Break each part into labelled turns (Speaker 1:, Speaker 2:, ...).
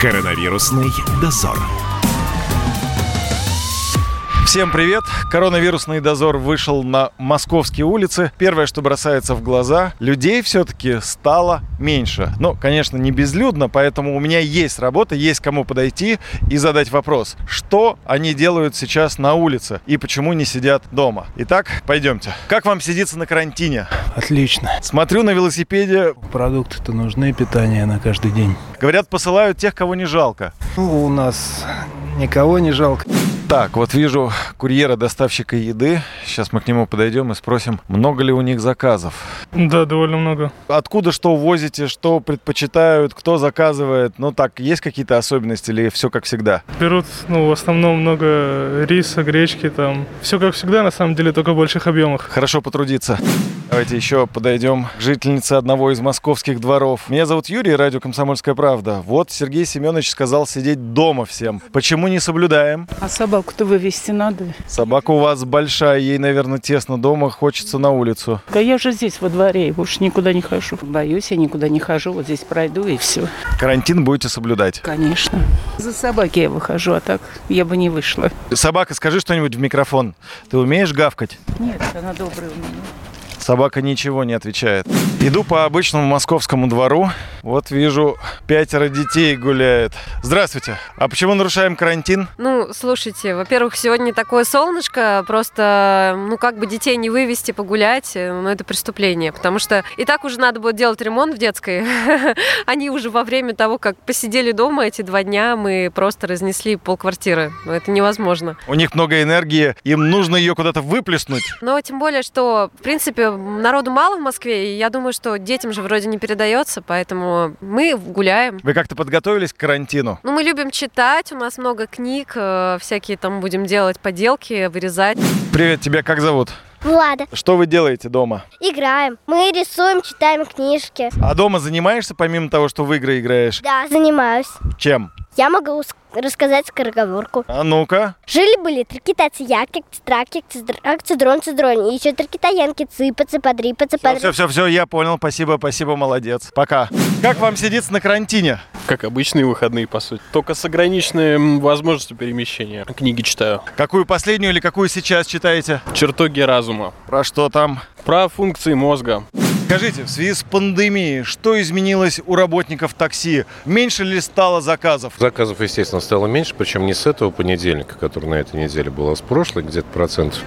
Speaker 1: Коронавірусний дозор.
Speaker 2: Всем привет! Коронавирусный дозор вышел на московские улицы. Первое, что бросается в глаза, людей все-таки стало меньше. Ну, конечно, не безлюдно, поэтому у меня есть работа, есть кому подойти и задать вопрос, что они делают сейчас на улице и почему не сидят дома. Итак, пойдемте. Как вам сидится на карантине?
Speaker 3: Отлично.
Speaker 2: Смотрю на велосипеде,
Speaker 3: Продукты-то нужны, питание на каждый день.
Speaker 2: говорят, посылают тех, кого не жалко.
Speaker 3: Ну, у нас никого не жалко.
Speaker 2: Так, вот вижу курьера-доставщика еды. Сейчас мы к нему подойдем и спросим, много ли у них заказов.
Speaker 4: Да, довольно много.
Speaker 2: Откуда что увозите, что предпочитают, кто заказывает? Ну так, есть какие-то особенности или все как всегда?
Speaker 4: Берут, ну, в основном много риса, гречки, там. Все как всегда, на самом деле, только в больших объемах.
Speaker 2: Хорошо потрудиться. Давайте еще подойдем к жительнице одного из московских дворов. Меня зовут Юрий, радио «Комсомольская правда». Вот Сергей Семенович сказал сидеть дома всем. Почему не соблюдаем?
Speaker 5: А собаку-то вывести надо.
Speaker 2: Собака у вас большая, ей, наверное, тесно дома, хочется на улицу.
Speaker 5: Да я же здесь во дворе, уж никуда не хожу. Боюсь, я никуда не хожу, вот здесь пройду и все.
Speaker 2: Карантин будете соблюдать.
Speaker 5: Конечно. За собаки я выхожу, а так я бы не вышла.
Speaker 2: Собака, скажи что-нибудь в микрофон. Ты умеешь гавкать?
Speaker 5: Нет, она добрая у меня.
Speaker 2: Собака ничего не отвечает. Иду по обычному московскому двору. Вот вижу, пятеро детей гуляет. Здравствуйте. А почему нарушаем карантин?
Speaker 6: Ну, слушайте, во-первых, сегодня такое солнышко, просто, ну, как бы детей не вывести погулять, э, ну, это преступление, потому что и так уже надо будет делать ремонт в детской. Они уже во время того, как посидели дома эти два дня, мы просто разнесли полквартиры. Ну, это невозможно.
Speaker 2: У них много энергии, им нужно ее куда-то выплеснуть.
Speaker 6: Но тем более, что, в принципе, народу мало в Москве, и я думаю, что детям же вроде не передается, поэтому мы гуляем.
Speaker 2: Вы как-то подготовились к карантину?
Speaker 6: Ну, мы любим читать, у нас много книг, э, всякие там будем делать поделки, вырезать.
Speaker 2: Привет, тебя как зовут?
Speaker 7: Влада,
Speaker 2: Что вы делаете дома?
Speaker 7: играем. Мы рисуем, читаем книжки.
Speaker 2: А дома занимаешься, помимо того, что в игры играешь?
Speaker 7: Да, занимаюсь.
Speaker 2: Чем?
Speaker 7: Я могу ус- рассказать скороговорку.
Speaker 2: А ну-ка.
Speaker 7: Жили-были три кита циякик, цитракик, циздрак, цидронь, цидронь. И еще три китаянки, цыпа, цыпадри, цыпадри.
Speaker 2: Все, все, все, я понял. Спасибо, спасибо, молодец. Пока. Как вам сидится на карантине?
Speaker 8: Как обычные выходные, по сути. Только с ограниченной м, возможностью перемещения. Книги читаю.
Speaker 2: Какую последнюю или какую сейчас читаете?
Speaker 8: Чертоги разума.
Speaker 2: Про что там?
Speaker 8: Про функции мозга.
Speaker 2: Скажите, в связи с пандемией, что изменилось у работников такси? Меньше ли стало заказов?
Speaker 9: Заказов, естественно, стало меньше, причем не с этого понедельника, который на этой неделе был, а с прошлой, где-то процентов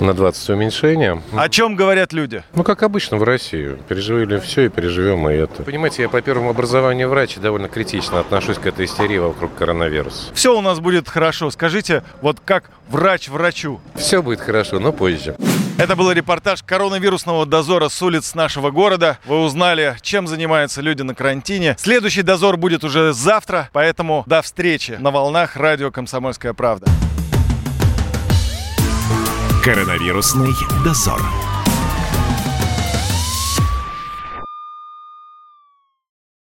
Speaker 9: на 20 уменьшение.
Speaker 2: О чем говорят люди?
Speaker 9: Ну, как обычно в России, переживали все и переживем и это. Понимаете, я по первому образованию врач и довольно критично отношусь к этой истерии вокруг коронавируса.
Speaker 2: Все у нас будет хорошо. Скажите, вот как врач врачу?
Speaker 9: Все будет хорошо, но позже.
Speaker 2: Это был репортаж коронавирусного дозора с улиц нашего города. Вы узнали, чем занимаются люди на карантине. Следующий дозор будет уже завтра, поэтому до встречи на волнах радио «Комсомольская правда».
Speaker 1: Коронавірусний дозор.